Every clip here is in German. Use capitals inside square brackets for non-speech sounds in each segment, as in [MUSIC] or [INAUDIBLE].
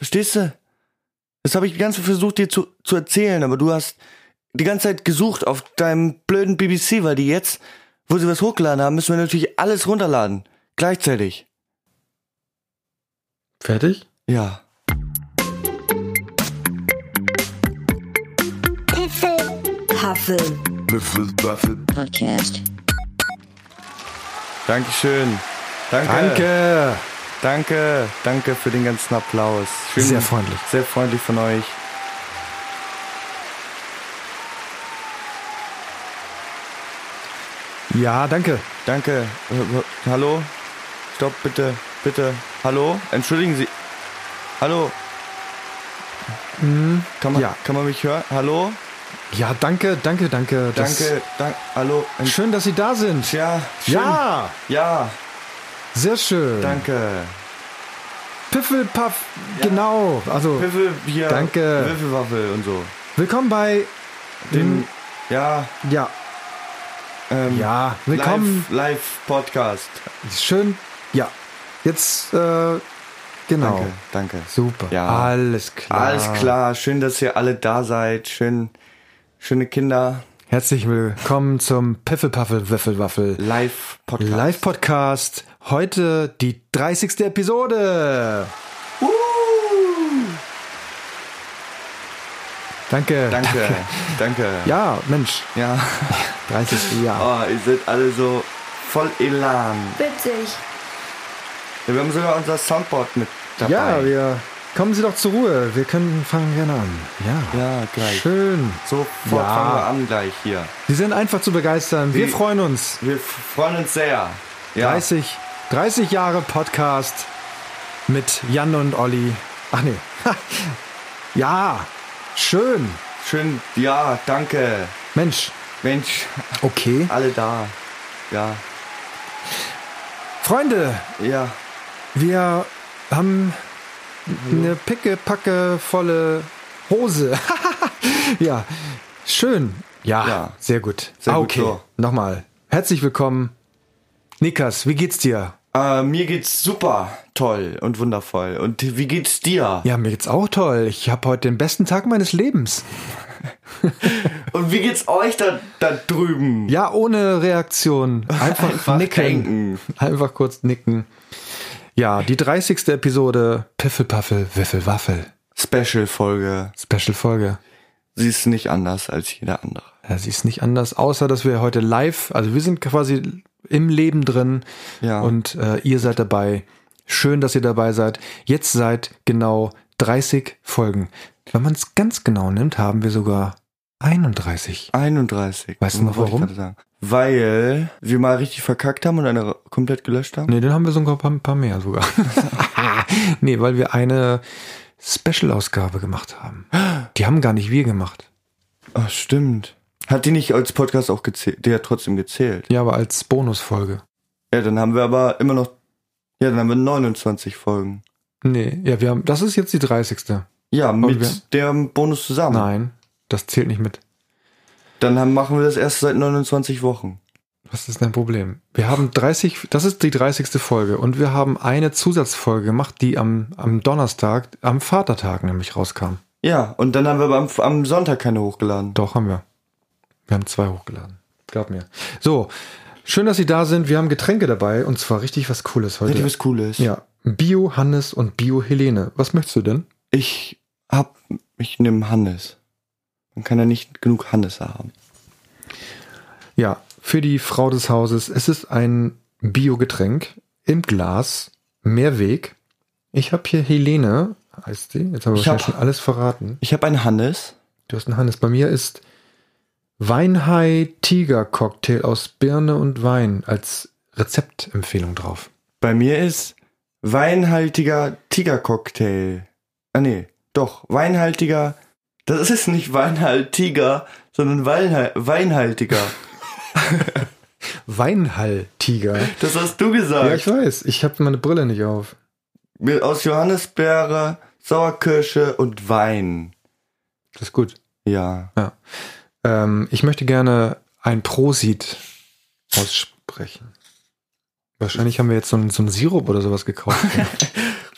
Verstehst du? Das habe ich die ganze Zeit versucht, dir zu, zu erzählen, aber du hast die ganze Zeit gesucht auf deinem blöden BBC, weil die jetzt, wo sie was hochgeladen haben, müssen wir natürlich alles runterladen. Gleichzeitig. Fertig? Ja. Huffel Podcast. Dankeschön. Danke. Danke, danke für den ganzen Applaus. Sehr freundlich. Sehr freundlich von euch. Ja, danke. Danke. Äh, äh, Hallo? Stopp, bitte, bitte. Hallo? Entschuldigen Sie. Hallo? Kann man, Hm? ja. kann man mich hören? Hallo? Ja, danke, danke, danke. Das- danke, danke. Hallo? Entsch- Schön, dass Sie da sind. Ja, schön. Ja, Ja, sehr schön. danke. Piffelpuff, genau. Also, Piffel hier. Danke. Würfelwaffel und so. willkommen bei. Hm. Den, ja, Ja, ähm, ja, willkommen. Live, live Podcast. Schön. Ja, jetzt, äh, genau. Danke, danke. Super. Ja. Alles klar. Alles klar, schön, dass ihr alle da seid. Schön, schöne Kinder. Herzlich willkommen zum Piffelpuffel Wiffelwaffel Live Podcast. Live Podcast. Heute die 30. Episode. Danke. Danke, danke. Ja, Mensch, ja. 30. Ja. Oh, ihr seid alle so voll Elan. Witzig. Ja, wir haben sogar unser Soundboard mit dabei. Ja, wir kommen Sie doch zur Ruhe. Wir können fangen gerne an. Ja. Ja, gleich. Schön. Sofort fangen wir ja. an gleich hier. Sie sind einfach zu begeistern. Wir Sie- freuen uns. Wir f- freuen uns sehr. Ja. 30, 30 Jahre Podcast mit Jan und Olli. Ach nee. [LAUGHS] ja. Schön. Schön, ja, danke. Mensch. Mensch, Okay. alle da. Ja, Freunde, ja. wir haben eine pickepacke volle Hose. [LAUGHS] ja. Schön. Ja, Ja. Sehr gut. Sehr ah, gut okay. so. Nochmal. Herzlich willkommen. Nikas, wie geht's dir? Äh, mir geht's super toll und wundervoll. Und wie geht's dir? Ja, mir geht's auch toll. Ich habe heute den besten Tag meines Lebens. Und wie geht's euch da, da drüben? Ja, ohne [LAUGHS] Reaktion. Einfach, Einfach nicken. denken. Einfach kurz nicken. Ja, die 30. Episode Piffelpaffel, Wiffelwaffel. Special-Folge. Special Folge. Sie ist nicht anders als jeder andere. Ja, Äh, sie ist nicht anders, außer dass wir heute live, also wir sind quasi im Leben drin Ja. und äh, ihr seid dabei. Schön, dass ihr dabei seid. Jetzt seit genau 30 Folgen. Wenn man es ganz genau nimmt, haben wir sogar 31. 31. Weißt du noch Wollte ich warum? gerade Sagen. Weil wir mal richtig verkackt haben und eine komplett gelöscht haben. Nee, dann haben wir sogar ein paar, paar mehr sogar. [LAUGHS] nee, weil wir eine Special-Ausgabe gemacht haben. Die haben gar nicht wir gemacht. Ach, stimmt. Hat die nicht als Podcast auch gezählt? Die hat trotzdem gezählt. Ja, aber als Bonusfolge. Ja, dann haben wir aber immer noch. Ja, dann haben wir 29 Folgen. Nee, ja, wir haben, das ist jetzt die 30. Ja, Oh, wir- mit dem Bonus zusammen. Nein, das zählt nicht mit. Dann haben, machen wir das erst seit 29 Wochen. Was ist dein Problem? Wir haben 30, das ist die 30. Folge und wir haben eine Zusatzfolge gemacht, die am, am Donnerstag, am Vatertag nämlich rauskam. Ja, und dann haben wir aber am, am Sonntag keine hochgeladen. Doch, haben wir. Wir haben zwei hochgeladen. Glaub mir. So, schön, dass Sie da sind. Wir haben Getränke dabei und zwar richtig was Cooles heute. Hätte was Cooles. ja, Bio Hannes und Bio Helene. Was möchtest du denn? Ich hab. Ich nehme Hannes. Man kann ja nicht genug Hannes haben. Ja, für die Frau des Hauses. Es ist ein Bio-Getränk im Glas, Mehrweg. Ich habe hier Helene, heißt sie. Jetzt habe ich Ich hab- wahrscheinlich schon alles verraten. Ich habe einen Hannes. Du hast einen Hannes. Bei mir ist Weinhai Tiger Cocktail aus Birne und Wein als Rezeptempfehlung drauf. Bei mir ist weinhaltiger Tigercocktail. Ah nee, doch, weinhaltiger. Das ist nicht weinhaltiger, sondern Weinhal weinhaltiger. Weinhall Tiger. Ah, Das hast du Ja, ich gesagt. weiß. Ich habe meine Brille nicht auf. Mit- Aus Johannisbeere, Sauerkirsche und Wein. Das ist gut. Ja. Ähm, ich möchte gerne ein Prosit aussprechen. Wahrscheinlich haben wir jetzt so einen, so einen Sirup oder sowas gekauft.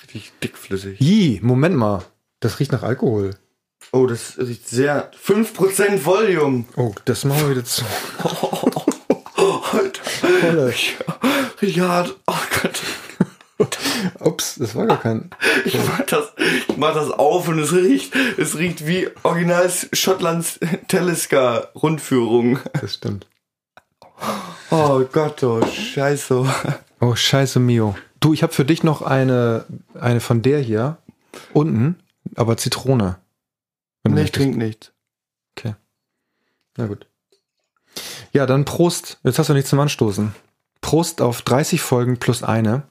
Richtig dickflüssig. [LAUGHS] Ih, Moment mal. Das riecht nach Alkohol. Oh, das riecht sehr. 5% Volume. Oh, Oh, das machen wir wieder zu. Alter. Volle. [LAUGHS] Richard. Oh Gott. Ups, das war gar kein. Ich mach das, ich mach das auf und es riecht, es riecht wie original Schottlands Teleska Rundführung. Das stimmt. [LAUGHS] Oh Gott, oh Scheiße. Oh, scheiße Mio. Du, ich habe für dich noch eine, eine von der hier. Unten, aber Zitrone. Wenn du Nee, ich möchtest. trink nichts. Na gut. Ja, dann Prost. Jetzt hast du nichts zum Anstoßen. Prost auf 30 Folgen plus eine.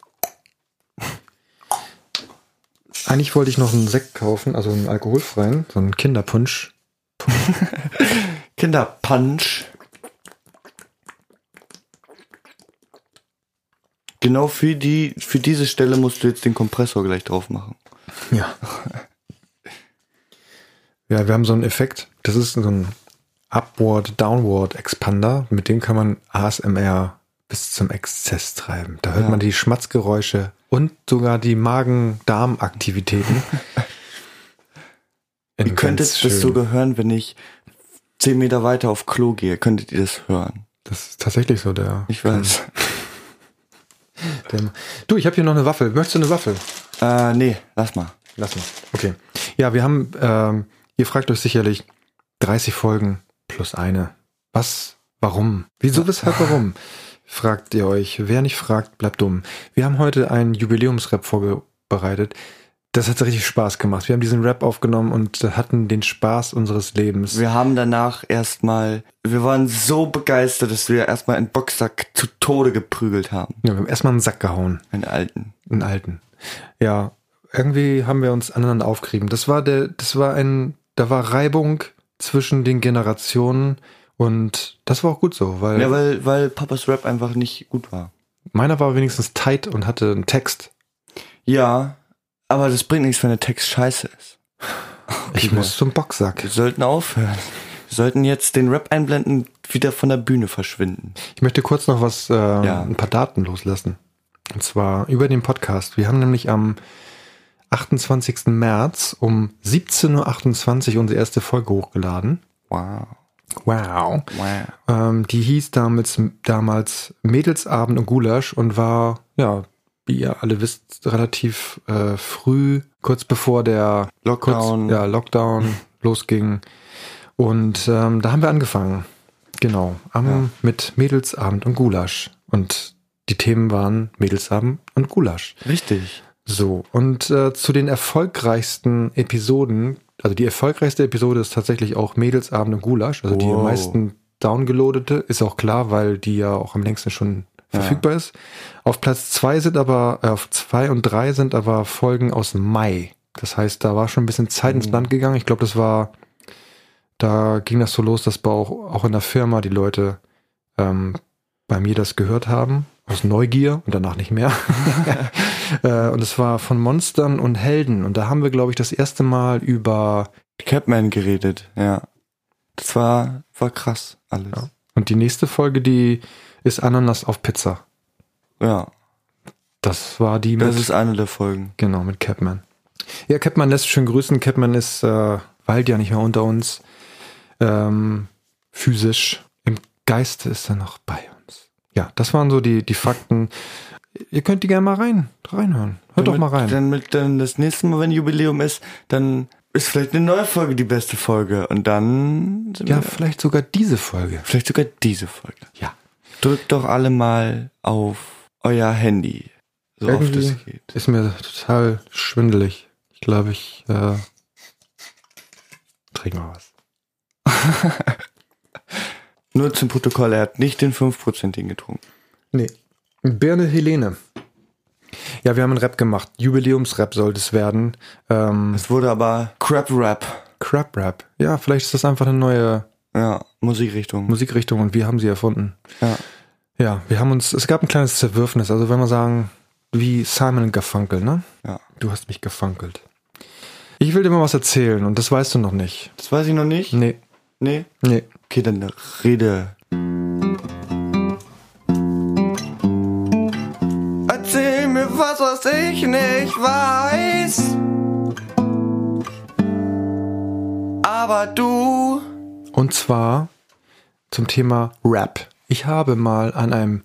Eigentlich wollte ich noch einen Sekt kaufen, also einen alkoholfreien, so einen Kinderpunsch. Kinderpunch. Genau für die, für diese Stelle musst du jetzt den Kompressor gleich drauf machen. Ja. [LAUGHS] Ja, wir haben so einen Effekt. Das ist so ein Upward, Downward Expander. Mit dem kann man ASMR bis zum Exzess treiben. Da hört Ja. man die Schmatzgeräusche und sogar [LAUGHS] die Magen-Darm-Aktivitäten. Ihr könntet das sogar hören, wenn ich 10 Meter weiter auf Klo gehe, könntet ihr das hören. Das ist tatsächlich so der. Ich weiß. der du, ich habe hier noch eine Waffel. Möchtest du eine Waffel? Äh, nee, lass mal. Lass mal. Okay. Ja, wir haben, ähm, ihr fragt euch sicherlich, 30 Folgen plus eine. Was? Warum? Wieso, weshalb, warum? Fragt ihr euch. Wer nicht fragt, bleibt dumm. Wir haben heute einen Jubiläumsrap vorbereitet. Das hat richtig Spaß gemacht. Wir haben diesen Rap aufgenommen und hatten den Spaß unseres Lebens. Wir haben danach erstmal, wir waren so begeistert, dass wir erstmal einen Boxsack zu Tode geprügelt haben. Ja, wir haben erstmal einen Sack gehauen. Einen alten. Einen alten. Ja, irgendwie haben wir uns aneinander aufgerieben. Das war der, das war ein, da war Reibung zwischen den Generationen und das war auch gut so, weil Ja, weil, weil Papas Rap einfach nicht gut war. meiner war wenigstens tight und hatte einen Text. Ja, aber das bringt nichts, wenn der Text scheiße ist. Ich Lieber. muss zum Boxsack. Wir sollten aufhören. Wir sollten jetzt den Rap einblenden, wieder von der Bühne verschwinden. Ich möchte kurz noch was, äh, Ja. ein paar Daten loslassen. Und zwar über den Podcast. Wir haben nämlich am 28. März um 17.28 Uhr unsere erste Folge hochgeladen. Wow. Wow. Wow. Ähm, die hieß damals, damals Mädelsabend und Gulasch und war, ja, wie ihr alle wisst, relativ äh, früh, kurz bevor der Lockdown. kurz, [LAUGHS] ja, Lockdown losging. Und ähm, da haben wir angefangen. Genau. Am, Ja. Mit Mädelsabend und Gulasch. Und die Themen waren Mädelsabend und Gulasch. Richtig. So, und äh, zu den erfolgreichsten Episoden, also die erfolgreichste Episode ist tatsächlich auch Mädelsabend und Gulasch, also die am Wow. meisten downgeloadete, ist auch klar, weil die ja auch am längsten schon verfügbar ist. Auf Platz zwei sind aber, äh, auf zwei und drei sind aber Folgen aus Mai. Das heißt, da war schon ein bisschen Zeit Oh. ins Land gegangen. Ich glaube, das war, da ging das so los, dass bei auch, auch in der Firma die Leute ähm, bei mir das gehört haben, aus Neugier und danach [LAUGHS] nicht mehr. [LAUGHS] äh, und es war von Monstern und Helden. Und da haben wir, glaube ich, das erste Mal über. Capman geredet, ja. Das war, war krass alles. Und die nächste Folge, die ist Ananas auf Pizza. Ja. Das war die Das mit. ist eine der Folgen. genau, mit Capman. Ja, Capman lässt schön grüßen. Capman ist äh, bald ja nicht mehr unter uns. Ähm, physisch. Im Geiste ist er noch bei uns. Ja, das waren so die, die Fakten. Ihr könnt die gerne mal rein, reinhören. Hört doch mal rein. Dann mit dann das nächste Mal, wenn Jubiläum ist, dann ist vielleicht eine neue Folge die beste Folge. Und dann sind Ja, wir- vielleicht sogar diese Folge. vielleicht sogar diese Folge. Ja. Drückt doch alle mal auf euer Handy. So oft Irgendwie- es geht. Ist mir total schwindelig. Ich glaube, ich äh, trinke mal was. Nur zum Protokoll, er hat nicht den 5%igen getrunken. Nee. Birne Helene. Ja, wir haben einen Rap gemacht. Jubiläumsrap sollte es werden. Ähm, Es wurde aber Crap Rap. Crap Rap. Ja, vielleicht ist das einfach eine neue Ja, Musikrichtung. Musikrichtung und wir haben sie erfunden. Ja. Ja, wir haben uns, es gab ein kleines Zerwürfnis. Also wenn wir sagen, wie Simon und Garfunkel, ne? Ja. Du hast mich gefunkelt. Ich will dir mal was erzählen und das weißt du noch nicht. Das weiß ich noch nicht. Nee, Nee. nee. Okay, dann rede. Erzähl mir was, was ich ich nicht weiß. Aber du. Und zwar zum Thema Rap. Ich habe mal an einem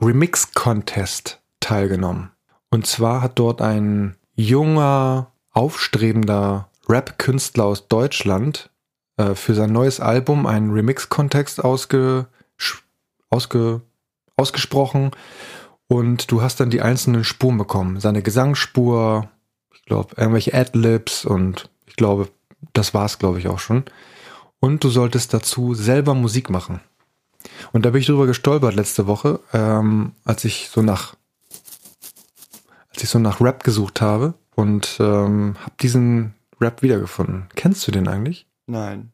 Remix-Contest teilgenommen. Und zwar hat dort ein junger, aufstrebender Rap-Künstler aus Deutschland äh, für sein neues Album einen Remix-Kontext ausge, sch- ausge, ausgesprochen. Und du hast dann die einzelnen Spuren bekommen. Seine Gesangsspur, ich glaube, irgendwelche Ad-Libs und ich glaube, das war's, glaube ich, auch schon. Und du solltest dazu selber Musik machen. Und da bin ich drüber gestolpert letzte Woche, ähm, als ich so nach als ich so nach Rap gesucht habe und ähm, habe diesen Rap wiedergefunden. Kennst du den eigentlich? Nein.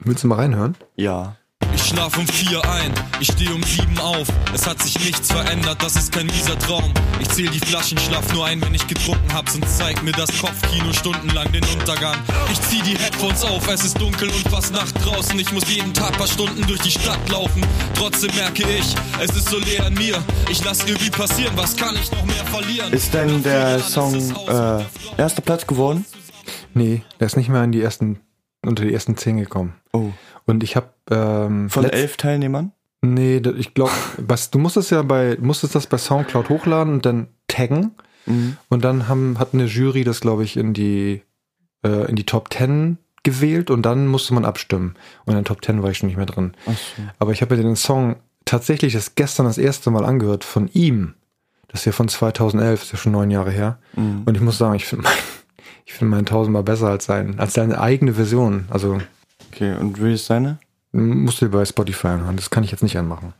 Willst du mal reinhören? Ja. Ich schlaf um vier ein, ich steh um sieben auf. Es hat sich nichts verändert, das ist kein mieser Traum. Ich zähl die Flaschen, schlaf nur ein, wenn ich getrunken hab's und zeig mir das Kopfkino stundenlang den Untergang. Ich zieh die Headphones auf, es ist dunkel und fast Nacht draußen. Ich muss jeden Tag paar Stunden durch die Stadt laufen. Trotzdem merke ich, es ist so leer in mir. Ich lass Revue passieren, was kann ich noch mehr verlieren? Ist denn der Song äh, erster Platz geworden? Nee, der ist nicht mehr in die ersten, unter die ersten zehn gekommen. Oh. Und ich habe ähm, Von letzt- elf Teilnehmern? Nee, da- ich glaube, du musstest ja bei, musstest das bei Soundcloud hochladen und dann taggen. Mhm. Und dann haben, hat eine Jury das, glaube ich, in die, äh, in die Top Ten gewählt und dann musste man abstimmen. Und in der Top Ten war ich schon nicht mehr drin. Aber ich habe ja den Song tatsächlich das gestern das erste Mal angehört von ihm. Das ist ja von 2011, ist ja schon neun Jahre her. Und ich muss sagen, ich finde meinen, [LAUGHS] ich finde meinen tausendmal besser als sein, als seine eigene Version. Also Okay, und wie ist seine? musst du dir bei Spotify anhören. Das kann ich jetzt nicht anmachen.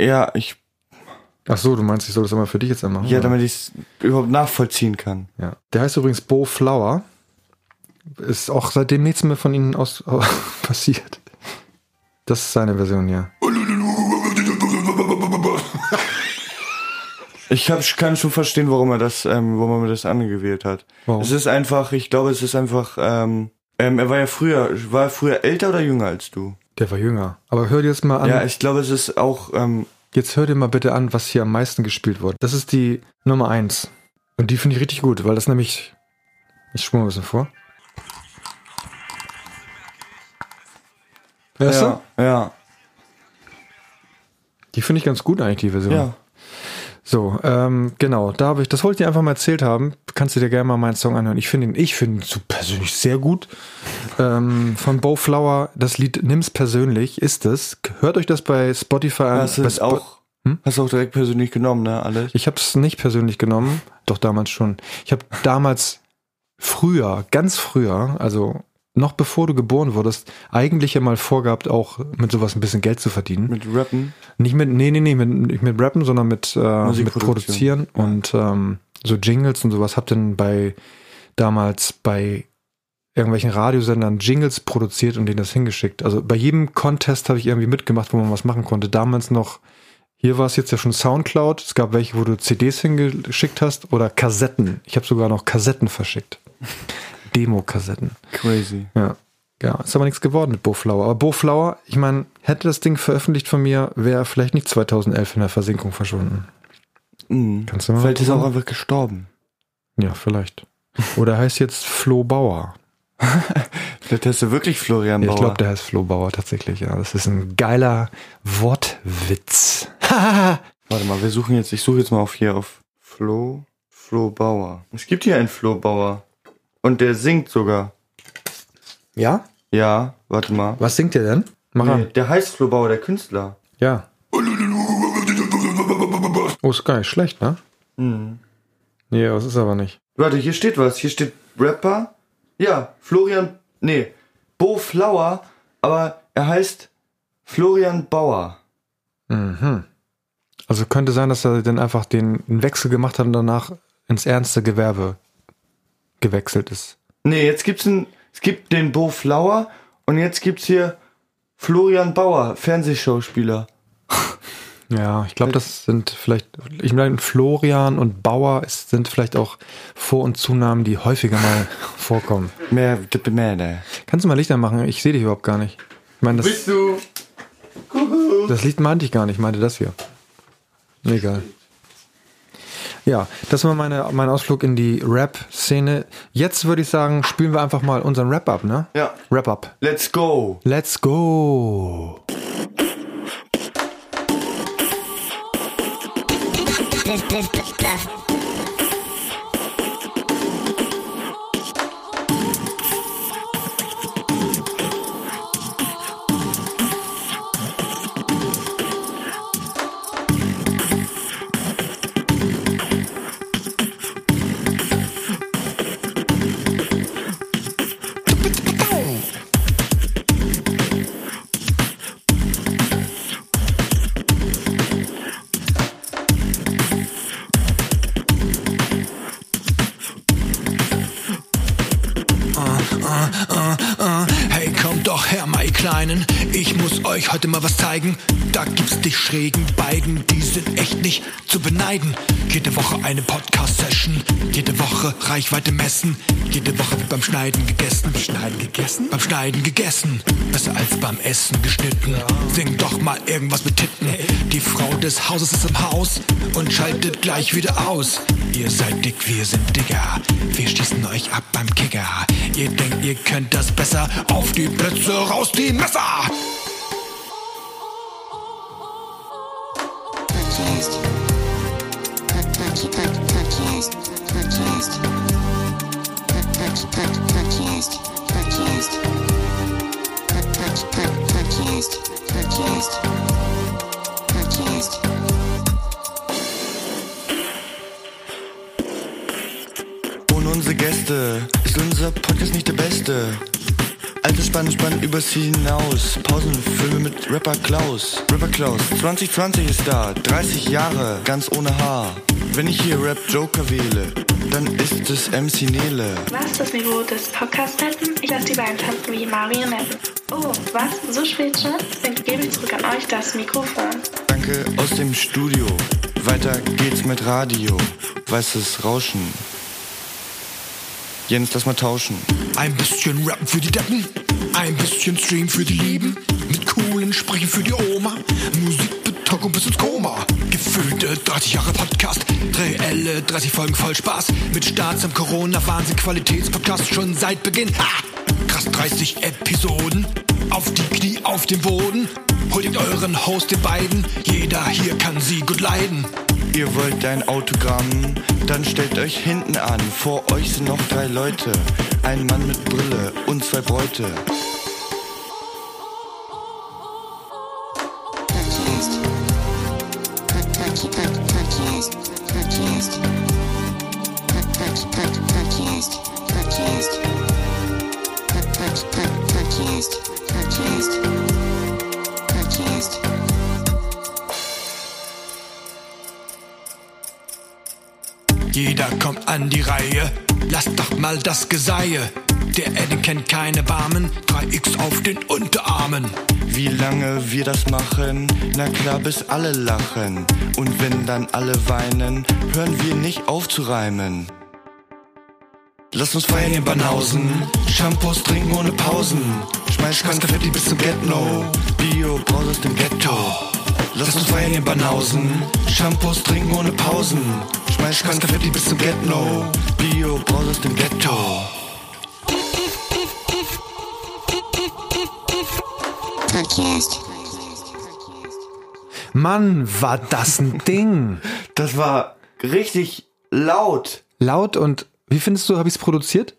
Ja, ich. Ach so, du meinst, ich soll das immer für dich jetzt anmachen? Ja, oder? damit ich es überhaupt nachvollziehen kann. Ja. Der heißt übrigens Bo Flower. Ist auch seitdem nichts mehr von ihnen aus [LAUGHS] passiert. Das ist seine Version, ja. Ich hab, kann schon verstehen, warum er das, ähm, warum er das angewählt hat. Warum? Es ist einfach, ich glaube, es ist einfach, ähm, ähm, er war ja früher, war er früher älter oder jünger als du? Der war jünger. Aber hör dir jetzt mal an. Ja, ich glaube, es ist auch, ähm, jetzt hör dir mal bitte an, was hier am meisten gespielt wurde. Das ist die Nummer 1. Und die finde ich richtig gut, weil das nämlich. Ich schwöre mal ein bisschen vor. Hörst ja, du? ja, Die finde ich ganz gut eigentlich, die Version. ja. So, ähm, genau, da habe ich, das wollte ich dir einfach mal erzählt haben. Kannst du dir gerne mal meinen Song anhören. Ich finde ihn, ich finde ihn so persönlich sehr gut. Ähm, von Bo Flower, das Lied Nimm's persönlich ist es. Hört euch das bei Spotify an. Hast du Bei es Spo- auch, hast du auch direkt persönlich genommen, ne, alles? Ich habe es nicht persönlich genommen, doch damals schon. Ich habe damals früher, ganz früher, also noch bevor du geboren wurdest, eigentlich ja mal vorgehabt, auch mit sowas ein bisschen Geld zu verdienen. Mit Rappen? Nicht mit, nee, nee, nee, mit, nicht mit Rappen, sondern mit, äh, mit Musikproduktion. Produzieren und ähm, so Jingles und sowas. Hab denn bei damals bei irgendwelchen Radiosendern Jingles produziert und denen das hingeschickt. Also bei jedem Contest habe ich irgendwie mitgemacht, wo man was machen konnte. Damals noch, hier war es jetzt ja schon Soundcloud. Es gab welche, wo du CDs hingeschickt hast oder Kassetten. Ich habe sogar noch Kassetten verschickt. Demo-Kassetten. Crazy. Ja. Ja, ist aber nichts geworden mit Boflauer. Aber Boflauer, ich meine, hätte das Ding veröffentlicht von mir, wäre vielleicht nicht 2011 in der Versenkung verschwunden. Mhm. Kannst du mal Vielleicht ist er auch gucken? einfach gestorben. Ja, vielleicht. Oder heißt jetzt Flo Bauer. Vielleicht hast du wirklich Florian Ja, Bauer. ich glaube, der heißt Flo Bauer tatsächlich. Ja, das ist ein geiler Wortwitz. Hahaha. Warte mal, wir suchen jetzt, ich suche jetzt mal auf hier auf Flo, Flo Bauer. Es gibt hier einen Flo Bauer. Und der singt sogar. ja? Ja, warte mal. Was singt ihr denn? Mach Nee, an. der heißt Flo Bauer, der Künstler. Ja. Oh, ist gar nicht schlecht, ne? Nee, das ist aber nicht. Warte, hier steht was. Hier steht Rapper. Ja, Florian, nee, Bo Flower, aber er heißt Florian Bauer. Also könnte sein, dass er dann einfach den einen Wechsel gemacht hat und danach ins ernste Gewerbe gewechselt ist. Nee, jetzt gibt's einen, es gibt den Bo Flower und jetzt gibt's hier Florian Bauer, Fernsehschauspieler. Ja, ich glaube, das sind vielleicht, ich meine, Florian und Bauer ist, sind vielleicht auch Vor- und Zunamen, die häufiger mal [LAUGHS] vorkommen. Mehr, mehr, ne. Kannst du mal Lichter machen? Ich sehe dich überhaupt gar nicht. Ich meine, das, Bist du? Kuckuck. das Lied meinte ich gar nicht, ich meinte das hier. Egal. Ja, das war meine, mein Ausflug in die Rap-Szene. Jetzt würde ich sagen, spielen wir einfach mal unseren Wrap-Up, ne? Ja. Wrap-Up. Let's go. Let's go. Hey, kommt doch her, meine Kleinen. Ich muss euch heute mal was zeigen. Da gibt's die schrägen beiden, die sind echt nicht zu beneiden. Jede Woche eine Podcast-Session, jede Woche Reichweite messen. Jede Woche wird beim Schneiden gegessen. Beim Schneiden gegessen? Beim Schneiden gegessen. Besser als beim Essen geschnitten. Sing doch mal irgendwas mit Titten. Die Frau des Hauses ist im Haus und schaltet gleich wieder aus. Ihr seid dick, wir sind dicker. Wir schießen euch ab beim Kicker. Ihr denkt, ihr könnt das besser. Auf die Plätze, raus die Messer! Podcast. Podcast. Podcast. Podcast. Podcast. Podcast. Podcast. Podcast. Podcast. Ohne unsere Gäste ist unser Podcast nicht der beste. Also spannend, spannend über sie hinaus. Pausenfilme mit Rapper Klaus. Rapper Klaus, 2020 ist da, 30 Jahre, ganz ohne Haar. Wenn ich hier Rap Joker wähle, dann ist es MC Nele. Was das Niveau des Podcasts retten? Ich lasse die beiden tanzen wie Marionetten. Oh, was? So spät schon? Dann gebe ich zurück an euch das Mikrofon. Danke aus dem Studio. Weiter geht's mit Radio. Weißes Rauschen. Jens, lass mal tauschen. Ein bisschen Rappen für die Deppen, ein bisschen Stream für die Lieben, mit coolen Sprechen für die Oma, Musikbetäubung bis ins Koma. Gefühlte 30 Jahre Podcast, reelle 30 Folgen voll Spaß, mit Starts im Corona-Wahnsinn, Qualitätspodcast schon seit Beginn. Ha! Krass 30 Episoden, auf die Knie, auf den Boden, holt euren Host den beiden, jeder hier kann sie gut leiden. Ihr wollt ein Autogramm? Dann stellt euch hinten an. Vor euch sind noch drei Leute. Ein Mann mit Brille und zwei Bräute. Podcast. Podcast. Podcast. Podcast. Podcast. Podcast. Podcast. Podcast. Jeder kommt an die Reihe, lasst doch mal das Geseie. Der Edding kennt keine Barmen, 3x auf den Unterarmen. Wie lange wir das machen? Na klar, bis alle lachen. Und wenn dann alle weinen, hören wir nicht auf zu reimen. Lasst uns feiern in Banausen. Shampoos trinken ohne Pausen. Schmeiß Konfetti bis zum Get-No. Bio-Braus aus dem Ghetto. Lasst uns feiern in Banausen. Shampoos trinken ohne Pausen. Hm. Schmeiß Konfetti bis zum Get-No. Bio-Braus aus dem Ghetto. Podcast. Mann, war das ein Ding. [LAUGHS] Das war richtig laut. Laut und wie findest du, habe ich es produziert?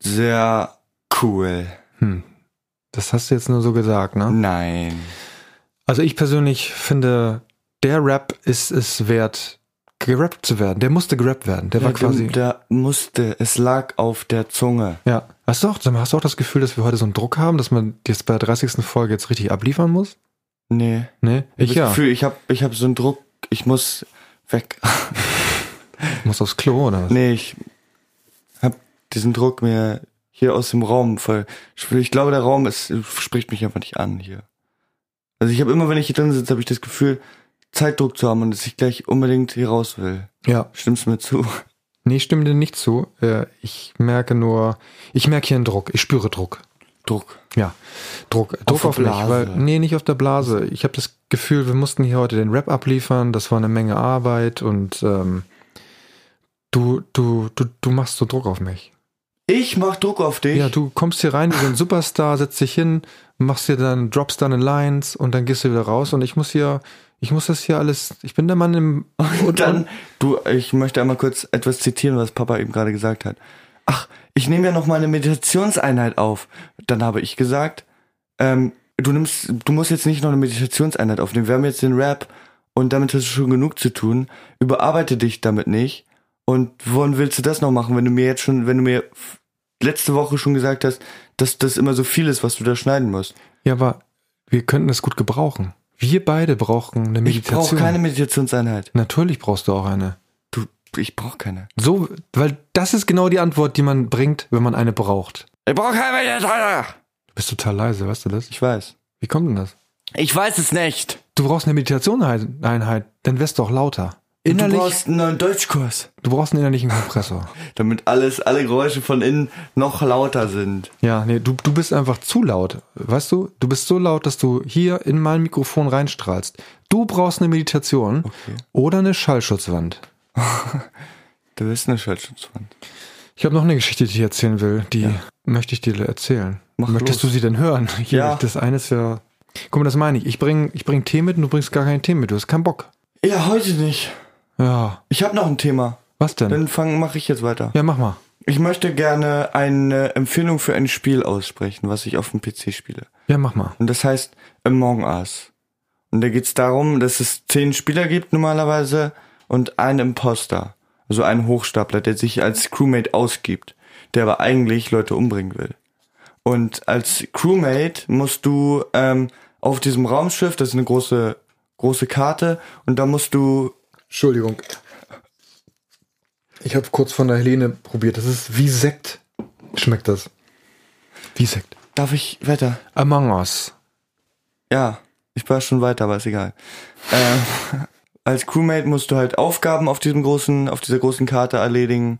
Sehr cool. Das hast du jetzt nur so gesagt, ne? Nein. Also ich persönlich finde, der Rap ist es wert, gerappt zu werden. Der musste gerappt werden. Der war quasi. Da musste, es lag auf der Zunge. ja. Hast du, auch, sag mal, hast du auch das Gefühl, dass wir heute so einen Druck haben, dass man jetzt bei der 30. Folge jetzt richtig abliefern muss? Nee. Nee, ich das ja. Gefühl, ich habe ich hab so einen Druck, ich muss weg. Muss aufs Klo oder was? nee, ich habe diesen Druck mir hier aus dem Raum voll. Ich, ich glaube, der Raum ist, spricht mich einfach nicht an hier. Also ich habe immer, wenn ich hier drin sitze, habe ich das Gefühl, Zeitdruck zu haben und dass ich gleich unbedingt hier raus will. Ja. Stimmst du mir zu? [LAUGHS] Nee, ich stimme dir nicht zu. Äh, Ich merke nur, ich merke hier einen Druck. Ich spüre Druck. Druck. Ja, Druck, Druck der auf, mich, Blase. weil, nee, nicht auf der Blase. Ich habe das Gefühl, wir mussten hier heute den Rap abliefern. Das war eine Menge Arbeit und ähm, Du, du, du, du machst so Druck auf mich. Ich mach Druck auf dich. Ja, du kommst hier rein wie so ein Superstar, setzt dich hin, machst dir dann, droppst deine Lines und dann gehst du wieder raus und ich muss hier, ich muss das hier alles, ich bin der Mann im, Und dann, du, ich möchte einmal kurz etwas zitieren, was Papa eben gerade gesagt hat. Ach, ich nehme ja noch mal eine Meditationseinheit auf. Dann habe ich gesagt, ähm, du nimmst, du musst jetzt nicht noch eine Meditationseinheit aufnehmen. Wir haben jetzt den Rap und damit hast du schon genug zu tun. Überarbeite dich damit nicht. Und wann willst du das noch machen, wenn du mir jetzt schon, wenn du mir f- letzte Woche schon gesagt hast, dass das immer so viel ist, was du da schneiden musst? ja, aber wir könnten es gut gebrauchen. Wir beide brauchen eine Ich Meditation. brauche keine Meditationseinheit. Natürlich brauchst du auch eine. Du, ich brauche keine. So, weil das ist genau die Antwort, die man bringt, wenn man eine braucht. Ich brauche keine Meditation. Du bist total leise, weißt du das? Ich weiß. Wie kommt denn das? Ich weiß es nicht. Du brauchst eine Meditationseinheit, dann wirst du auch lauter. Innerlich, Du brauchst einen neuen Deutschkurs. einen innerlichen Kompressor. Damit alles, alle Geräusche von innen noch lauter sind. Ja, nee, du, du bist einfach zu laut. Weißt du, du bist so laut, dass du hier in mein Mikrofon reinstrahlst. Du brauchst eine Meditation oder eine Schallschutzwand. Du bist eine Schallschutzwand. Ich habe noch eine Geschichte, die ich erzählen will. Die möchte ich dir erzählen. Mach Möchtest los. du sie denn hören? [LAUGHS] Hier, Ja. Das eine ist ja. Guck mal, das meine ich. Ich bring, ich bring Tee mit und du bringst gar keinen Tee mit. Du hast keinen Bock. Ja, heute nicht. Ja. Ich habe noch ein Thema. Was denn? Dann fangen, mache ich jetzt weiter. ja, mach mal. Ich möchte gerne eine Empfehlung für ein Spiel aussprechen, was ich auf dem PC spiele. Ja, mach mal. Und das heißt Among Us. Und da geht's darum, dass es zehn Spieler gibt normalerweise und einen Imposter. Also einen Hochstapler, der sich als Crewmate ausgibt, der aber eigentlich Leute umbringen will. Und als Crewmate musst du ähm, auf diesem Raumschiff, das ist eine große, große Karte, und da musst du Entschuldigung. Ich habe kurz von der Helene probiert. Das ist wie Sekt. Schmeckt das? Wie Sekt. Darf ich weiter? Among Us. Ja, ich war schon weiter, aber ist egal. Ähm, als Crewmate musst du halt Aufgaben auf diesem großen, auf dieser großen Karte erledigen.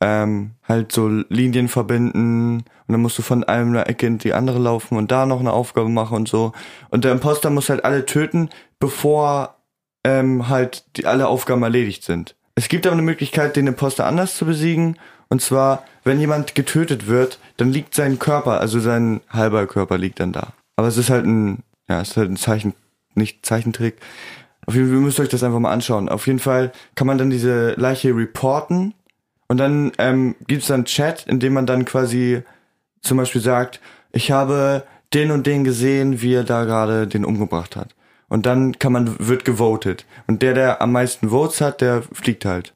Ähm, halt so Linien verbinden und dann musst du von einer Ecke in die andere laufen und da noch eine Aufgabe machen und so. Und der Imposter muss halt alle töten, bevor ähm, halt die, alle Aufgaben erledigt sind. Es gibt aber eine Möglichkeit, den Imposter anders zu besiegen. Und zwar, wenn jemand getötet wird, dann liegt sein Körper, also sein halber Körper liegt dann da. Aber es ist halt ein, ja, es ist halt ein Zeichen, nicht Zeichentrick. Auf jeden Fall, ihr müsst euch das einfach mal anschauen. Auf jeden Fall kann man dann diese Leiche reporten. Und dann ähm, gibt es dann einen Chat, in dem man dann quasi zum Beispiel sagt, ich habe den und den gesehen, wie er da gerade den umgebracht hat. Und dann kann man, wird gewotet. Und der, der am meisten Votes hat, der fliegt halt.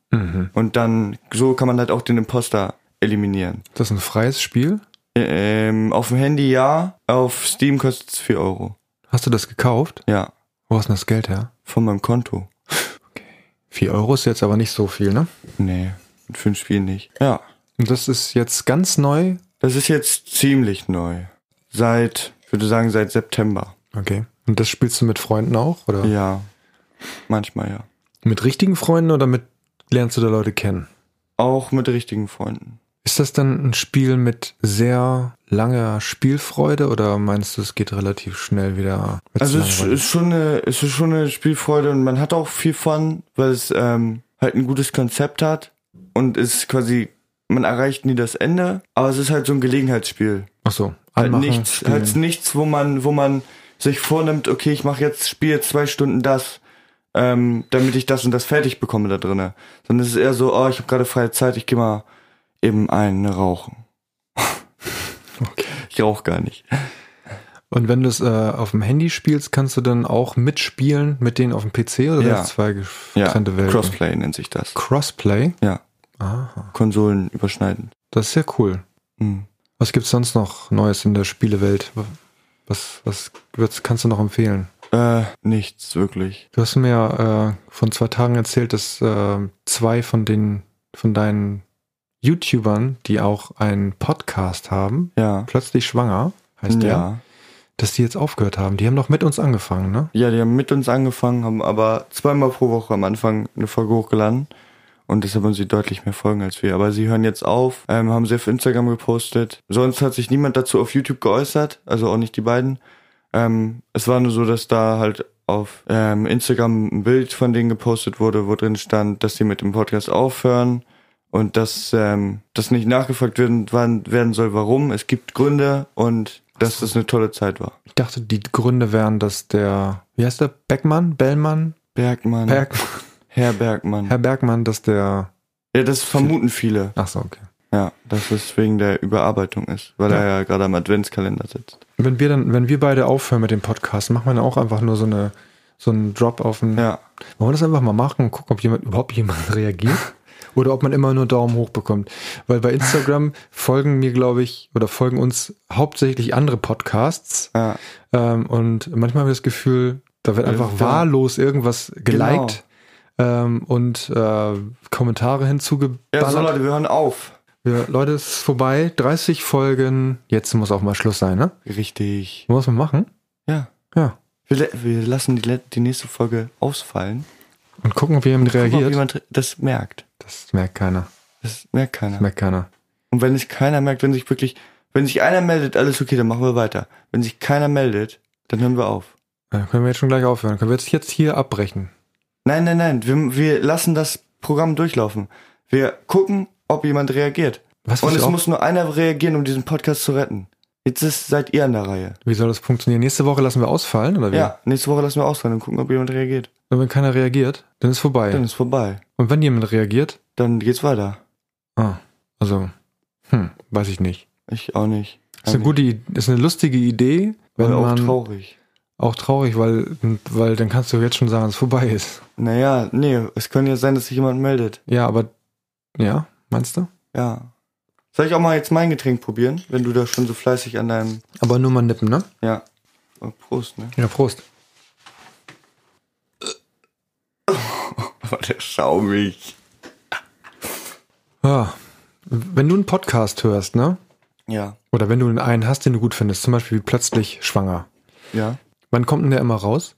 Und dann, so kann man halt auch den Imposter eliminieren. Das ist ein freies Spiel. Ähm, auf dem Handy ja, auf Steam kostet es 4 Euro. Hast du das gekauft? Ja, Wo hast du das Geld her? von meinem Konto. 4 Euro ist jetzt aber nicht so viel, ne? Nee, für ein Spiel nicht. Ja, Und das ist jetzt ganz neu. das ist jetzt ziemlich neu. Seit, ich würde sagen, seit September. Okay. Und das spielst du mit Freunden auch? Oder Ja, manchmal ja. mit richtigen Freunden oder mit lernst du da Leute kennen? Auch mit richtigen Freunden. Ist das dann ein Spiel mit sehr langer Spielfreude oder meinst du, es geht relativ schnell wieder? mit Also es Langeweile? ist schon eine, es ist schon eine Spielfreude und man hat auch viel von, weil es ähm, halt ein gutes Konzept hat und ist quasi, man erreicht nie das Ende, aber es ist halt so ein Gelegenheitsspiel. Ach so, Halt anmachen, nichts, spielen. halt nichts, wo man, wo man sich vornimmt, okay, ich mache jetzt Spiel zwei Stunden das, ähm, damit ich das und das fertig bekomme da drinne. Sondern es ist eher so, oh, ich habe gerade freie Zeit, ich gehe mal eben eine rauchen. Ich rauche gar nicht. Und wenn du es äh, auf dem Handy spielst, kannst du dann auch mitspielen mit denen auf dem PC oder Ja. sind das zwei Ja, getrennte Welten? Crossplay nennt sich das. Crossplay? Ja, Aha. Konsolen überschneiden. Das ist ja cool. Hm. Was gibt's sonst noch Neues in der Spielewelt? Was, was wird's- kannst du noch empfehlen? Äh, nichts wirklich. Du hast mir äh, von zwei Tagen erzählt, dass äh, zwei von den von deinen YouTubern, die auch einen Podcast haben, Ja. plötzlich schwanger, heißt der, ja. dass die jetzt aufgehört haben. Die haben doch mit uns angefangen, ne? Ja, die haben mit uns angefangen, haben aber zweimal pro Woche am Anfang eine Folge hochgeladen. Und deshalb haben sie deutlich mehr Folgen als wir. Aber sie hören jetzt auf, ähm, haben sie auf Instagram gepostet. Sonst hat sich niemand dazu auf YouTube geäußert, also auch nicht die beiden. Ähm, es war nur so, dass da halt auf ähm, Instagram ein Bild von denen gepostet wurde, wo drin stand, dass sie mit dem Podcast aufhören. Und dass ähm, das nicht nachgefolgt werden, wann- werden soll, warum. Es gibt Gründe und dass das eine tolle Zeit war. Ich dachte, die Gründe wären, dass der, wie heißt der, Beckmann, Bellmann, Bergmann. Bergmann, Herr Bergmann. Herr Bergmann, dass der, ja, das vermuten viele. ach so, okay. Ja, dass es wegen der Überarbeitung ist, weil er ja gerade am Adventskalender sitzt. Wenn wir dann, wenn wir beide aufhören mit dem Podcast, machen wir dann auch einfach nur so eine, so einen Drop auf den, Ja. Wollen wir das einfach mal machen und gucken, ob jemand überhaupt jemand [LAUGHS] reagiert? Oder ob man immer nur Daumen hoch bekommt. Weil bei [LAUGHS] Instagram folgen mir, glaube ich, oder folgen uns hauptsächlich andere Podcasts. Ja. Ähm, und manchmal habe ich das Gefühl, da wird einfach wahllos irgendwas Genau. geliked ähm, und äh, Kommentare Ja, hinzugeballert. so Leute, wir hören auf. Ja, Leute, es ist vorbei. 30 Folgen. Jetzt muss auch mal Schluss sein, ne? Richtig. Muss man machen? Ja. Ja. Wir, le- wir lassen die, le- die nächste Folge ausfallen. Und gucken, ob jemand Guck mal, ob reagiert. jemand das merkt. Das merkt keiner. Das merkt keiner. Das merkt keiner. Und wenn es keiner merkt, wenn sich wirklich, wenn sich einer meldet, alles okay, dann machen wir weiter. Wenn sich keiner meldet, dann hören wir auf. Dann Äh, können wir jetzt schon gleich aufhören. Können wir jetzt, jetzt hier abbrechen? Nein, nein, nein, wir, wir lassen das Programm durchlaufen. Wir gucken, ob jemand reagiert. Was Und wir es auch- muss nur einer reagieren, um diesen Podcast zu retten. Jetzt ist, seid ihr an der Reihe. Wie soll das funktionieren? Nächste Woche lassen wir ausfallen, oder wie? Ja, nächste Woche lassen wir ausfallen und gucken, ob jemand reagiert. Und wenn keiner reagiert, dann ist vorbei. Dann ist vorbei. Und wenn jemand reagiert, Dann geht's weiter. ah, also, hm, weiß ich nicht. Ich auch nicht. Ist eine gute, I- ist eine lustige Idee, wenn Aber Also- auch man traurig. auch traurig, weil, weil dann kannst du jetzt schon sagen, dass es vorbei ist. Naja, nee, es kann ja sein, dass sich jemand meldet. Ja, aber, ja, meinst du? Ja. Soll ich auch mal jetzt mein Getränk probieren, wenn du da schon so fleißig an deinem. Aber nur mal nippen, ne? Ja. Oh, Prost, ne? Ja, Prost. Oh, der schaumig. Ja. Ah, Wenn du einen Podcast hörst, ne? Ja. Oder wenn du einen hast, den du gut findest, zum Beispiel wie plötzlich schwanger. Ja. Wann kommt denn der immer raus?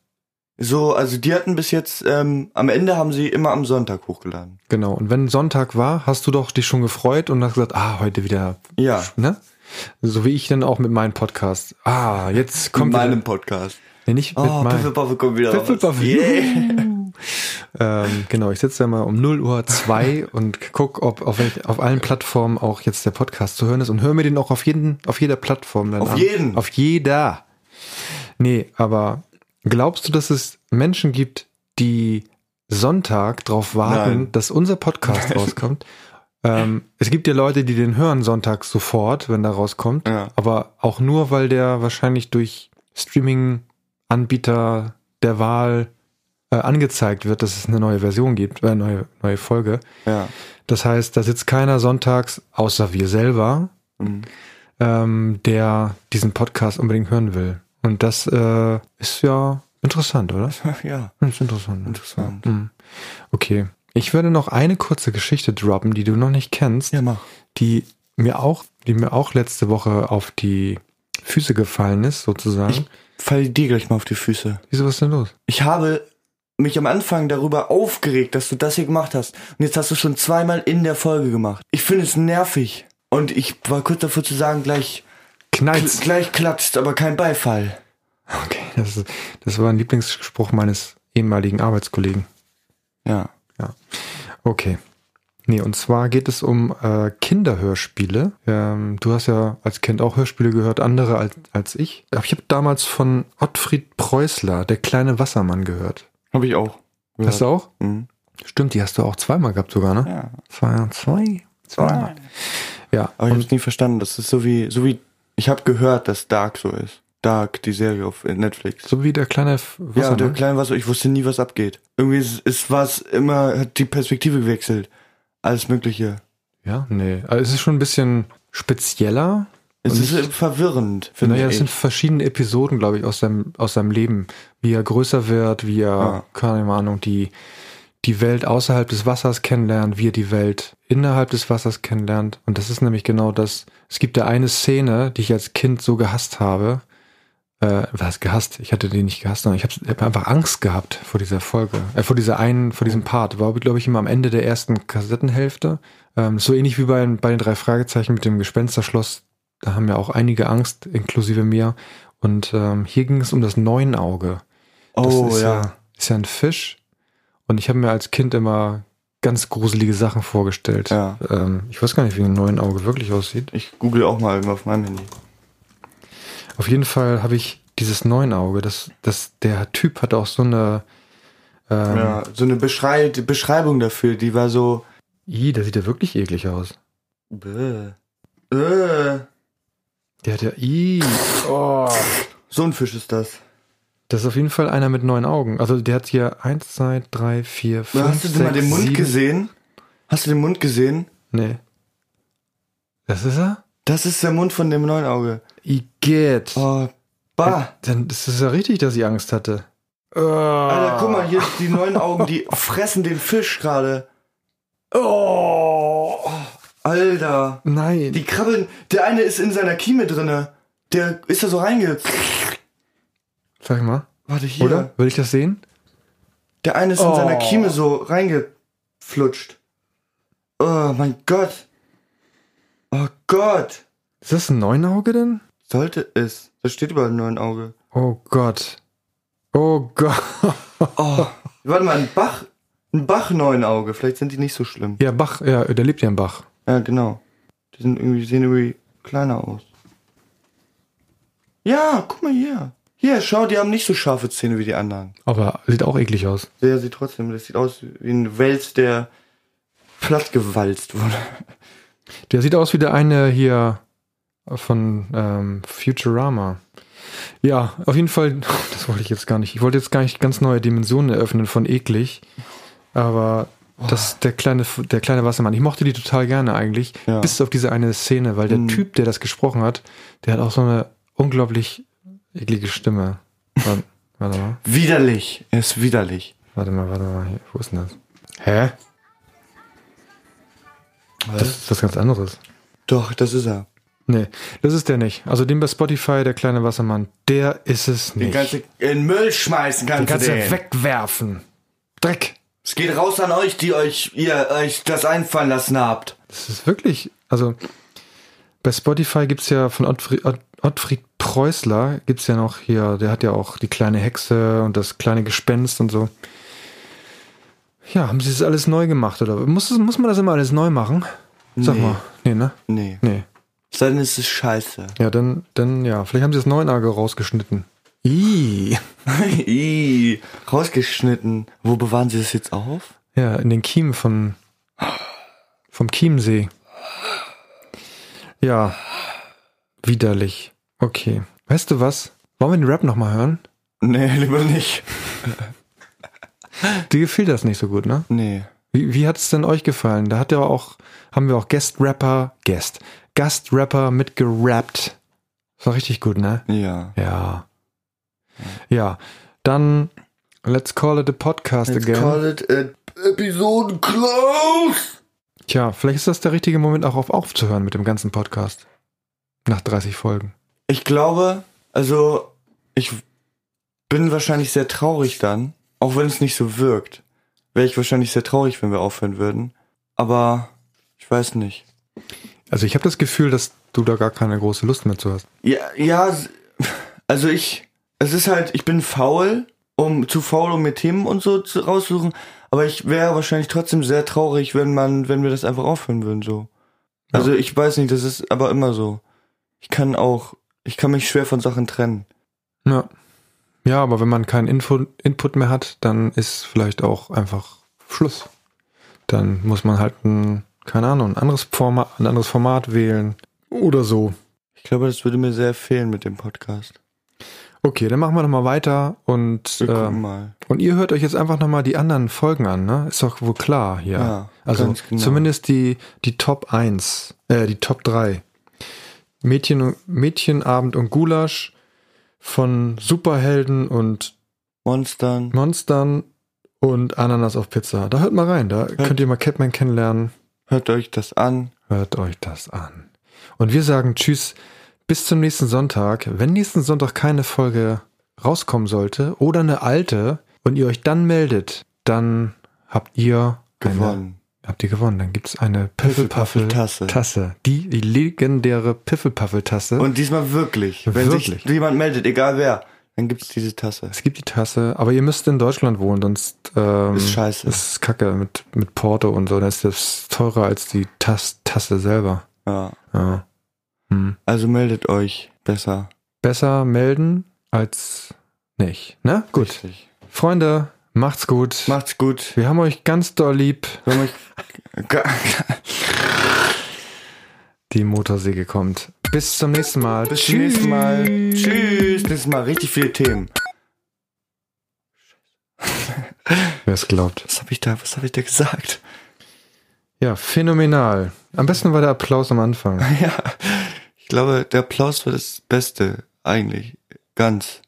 So, also die hatten bis jetzt, ähm, am Ende haben sie immer am Sonntag hochgeladen. Genau. Und wenn Sonntag war, hast du doch dich schon gefreut und hast gesagt, ah, heute wieder, Ja. ne? So wie ich dann auch mit meinem Podcast. Ah, jetzt kommt wieder- Podcast. nee, nicht mit Oh, meinem. Piffelpaffe kommt wieder. raus. Piffelpaffe. Yeah. Ähm, genau, ich sitze ja mal um 0 Uhr [LAUGHS] 2 und guck, ob auf, welch, auf allen Plattformen auch jetzt der Podcast zu hören ist und höre mir den auch auf jeden, auf jeder Plattform dann Auf an. jeden? Auf jeder. Nee, aber glaubst du, dass es Menschen gibt, die Sonntag drauf warten, Nein. dass unser Podcast rauskommt? Ähm, es gibt ja Leute, die den hören Sonntag sofort, wenn der rauskommt, Ja. aber auch nur, weil der wahrscheinlich durch Streaming-Anbieter der Wahl äh, angezeigt wird, dass es eine neue Version gibt, äh, neue, neue Folge. Ja. Das heißt, da sitzt keiner sonntags, außer wir selber, Mhm. ähm, der diesen Podcast unbedingt hören will. Und das äh, ist ja interessant, oder? Ja. Das ist interessant. ne? Interessant. Mhm. Okay. Ich werde noch eine kurze Geschichte droppen, die du noch nicht kennst, Ja, mach. die mir auch, die mir auch letzte Woche auf die Füße gefallen ist, sozusagen. Ich- Fall dir gleich mal auf die Füße. Wieso was ist denn los? Ich habe mich am Anfang darüber aufgeregt, dass du das hier gemacht hast. Und jetzt hast du es schon zweimal in der Folge gemacht. Ich finde es nervig. Und ich war kurz davor zu sagen, gleich, Knallt's. gleich klatscht, aber kein Beifall. Okay, das, ist, das war ein Lieblingsspruch meines ehemaligen Arbeitskollegen. Ja. Okay. Nee, und zwar geht es um äh, Kinderhörspiele. Ähm, du hast ja als Kind auch Hörspiele gehört, andere als, als ich. Aber ich habe damals von Ottfried Preußler, der kleine Wassermann, gehört. Habe ich auch. Hast du auch? Mhm. Stimmt, die hast du auch zweimal gehabt sogar, ne? Ja. Zwei, zwei, zweimal. Ja, Aber ich habe und es nie verstanden. Das ist so wie, so wie, ich habe gehört, dass Dark so ist. Dark, die Serie auf Netflix. so wie der kleine F- Ja, Wassermann. der Kleine war so, ich wusste nie, was abgeht. Irgendwie ist, ist was immer, hat die Perspektive gewechselt. Alles Mögliche. ja, nee. Also es ist schon ein bisschen spezieller. Es Und ist nicht- verwirrend, finde Naja, ich. es sind verschiedene Episoden, glaube ich, aus seinem, aus seinem Leben. Wie er größer wird, wie er, Ja. keine Ahnung, die, die Welt außerhalb des Wassers kennenlernt, wie er die Welt innerhalb des Wassers kennenlernt. Und das ist nämlich genau das. Es gibt da eine Szene, die ich als Kind so gehasst habe. Äh, was gehasst? Ich hatte die nicht gehasst, sondern ich habe hab einfach Angst gehabt vor dieser Folge, äh, vor dieser einen, vor diesem Part. War, glaube ich, immer am Ende der ersten Kassettenhälfte. Ähm, so ähnlich wie bei, bei den drei Fragezeichen mit dem Gespensterschloss. Da haben ja auch einige Angst, inklusive mir. Und ähm, hier ging es um das Neunauge. Das oh, ist ja. Ist ja ein Fisch. Und ich habe mir als Kind immer ganz gruselige Sachen vorgestellt. Ja. Ähm, ich weiß gar nicht, wie ein neuen Auge wirklich aussieht. Ich google auch mal eben auf meinem Handy. Auf jeden Fall habe ich dieses neuen Auge. Das, das, der Typ hat auch so eine. Ähm, Ja, so eine Beschrei Beschreibung dafür, die war so. I, der sieht ja wirklich eklig aus. Bäh. Äh. Der hat ja. I. Oh. So ein Fisch ist das. Das ist auf jeden Fall einer mit neun Augen. Also der hat hier eins, zwei, drei, vier, fünf, Hast du sechs, denn mal den Mund sieben. gesehen? Hast du den Mund gesehen? Nee. Das ist er? Das ist der Mund von dem neuen Auge. Igitt. Oh, bah. Äh, Dann ist es ja richtig, dass ich Angst hatte. Ah. Oh. Alter, guck mal, hier die neuen Augen, die fressen den Fisch gerade. Oh. Alter. Nein. Die krabbeln. Der eine ist in seiner Kieme drinne. Der ist da so reinge. Sag mal. Warte hier. Oder? Will ich das sehen? Der eine ist in Oh. seiner Kieme so reingeflutscht. Oh mein Gott. Oh Gott. Ist das ein Neunauge denn? Sollte es. Das steht überall nur ein Auge. Oh Gott. Oh Gott. [LAUGHS] Oh. Warte mal, ein Bach. Ein Bach neuen Auge. Vielleicht sind die nicht so schlimm. Ja, Bach, ja, der lebt ja im Bach. Ja, genau. Die sind irgendwie, sehen irgendwie kleiner aus. Ja, guck mal hier. Hier, schau, die haben nicht so scharfe Zähne wie die anderen. Aber sieht auch eklig aus. Der sieht trotzdem, das sieht aus wie ein Wels, der plattgewalzt wurde. Der sieht aus wie der eine hier von ähm, Futurama. Ja, auf jeden Fall, [LAUGHS] das wollte ich jetzt gar nicht. Ich wollte jetzt gar nicht ganz neue Dimensionen eröffnen von eklig. Aber das, der kleine, der kleine Wassermann, ich mochte die total gerne eigentlich. Ja. Bis auf diese eine Szene, weil der Typ, der das gesprochen hat, der hat auch so eine unglaublich eklige Stimme. Warte, warte mal. Widerlich. Er ist widerlich. Warte mal, warte mal. Hier, Wo ist denn das? Hä? Das ist was ganz anderes. Doch, das ist er. Nee, das ist der nicht. Also den bei Spotify, der kleine Wassermann, der ist es Den nicht. kannst du in Müll schmeißen, kannst, den kannst du du den. wegwerfen. Dreck. Es geht raus an euch, die euch, ihr euch das einfallen lassen habt. Das ist wirklich, also bei Spotify gibt's ja von Ottfried, Ott- Ottfried Preußler, gibt's ja noch hier, der hat ja auch die kleine Hexe und das kleine Gespenst und so. Ja, haben sie das alles neu gemacht oder muss, muss man das immer alles neu machen? Sag Nee. mal. Nee, ne? Nee. Nee. Dann ist es scheiße. Ja, dann, dann, ja. Vielleicht haben sie das 9-Auge rausgeschnitten. Ih. [LAUGHS] Ih, rausgeschnitten. Wo bewahren sie das jetzt auf? Ja, in den Kiem von, vom Chiemsee. Ja. Widerlich. Okay. Weißt du was? Wollen wir den Rap nochmal hören? Nee, [LAUGHS] lieber nicht. Dir gefiel das nicht so gut, ne? Nee. Wie, wie hat es denn euch gefallen? Da hat ja auch, haben wir auch Guest-Rapper, Guest, Gast-Rapper mitgerappt. Das war richtig gut, ne? Ja. Ja. Ja. Dann, let's call it a podcast Let's again. call it a Episode close. Tja, vielleicht ist das der richtige Moment, auch auf aufzuhören mit dem ganzen Podcast. Nach 30 Folgen. Ich glaube, also ich bin wahrscheinlich sehr traurig dann, auch wenn es nicht so wirkt. Wäre ich wahrscheinlich sehr traurig, wenn wir aufhören würden. Aber ich weiß nicht. Also ich habe das Gefühl, dass du da gar keine große Lust mehr zu hast. Ja, ja, s- also ich, es ist halt, ich bin faul, um zu faul, um mir Themen und so zu, raussuchen. Aber ich wäre wahrscheinlich trotzdem sehr traurig, wenn man, wenn wir das einfach aufhören würden so. Also ich weiß nicht, das ist aber immer so. Ich kann auch, ich kann mich schwer von Sachen trennen. Ja. Ja, aber wenn man keinen Info Input mehr hat, dann ist vielleicht auch einfach Schluss. Dann muss man halt ein, keine Ahnung, ein anderes Format, ein anderes Format wählen. Oder so. Ich glaube, das würde mir sehr fehlen mit dem Podcast. Okay, dann machen wir nochmal weiter und, Wir gucken ähm, mal. und ihr hört euch jetzt einfach nochmal die anderen Folgen an, ne? Ist doch wohl klar hier. Ja, Also ganz genau. zumindest die, die Top 1, äh, die Top 3. Mädchen, und- Mädchenabend und Gulasch von Superhelden und Monstern. Monstern und Ananas auf Pizza. Da hört mal rein, da könnt ihr mal Catman kennenlernen. Hört euch das an. Hört euch das an. Und wir sagen Tschüss, bis zum nächsten Sonntag. Wenn nächsten Sonntag keine Folge rauskommen sollte oder eine alte und ihr euch dann meldet, dann habt ihr Eine, Gewonnen. habt ihr gewonnen. Dann gibt's eine Piffelpaffel-Tasse. Piffelpaffel-Tasse. Tasse. Die, die legendäre Piffelpaffel-Tasse. Und diesmal wirklich. Wenn Wirklich? sich jemand meldet, egal wer, Dann gibt's diese Tasse. Es gibt die Tasse, aber ihr müsst in Deutschland wohnen, sonst ähm, Ist scheiße. Ist kacke mit, mit Porto und so. Dann ist das teurer als die Tas Tasse selber. Ja. Ja. Hm. Also meldet euch besser. Besser melden als nicht. Ne? Gut. Richtig. Freunde, macht's gut. Macht's gut. Wir haben euch ganz doll lieb. Wir haben euch- Die Motorsäge kommt. Bis zum nächsten [LAUGHS] Mal. Bis zum nächsten Mal. Tschüss. Nächstes Mal richtig viele Themen. Wer es glaubt. Was habe ich da, was habe ich da [LAUGHS] gesagt? Ja, phänomenal. Am besten war der Applaus am Anfang. Ja. Ich glaube, der Applaus war das Beste. Eigentlich. Ganz.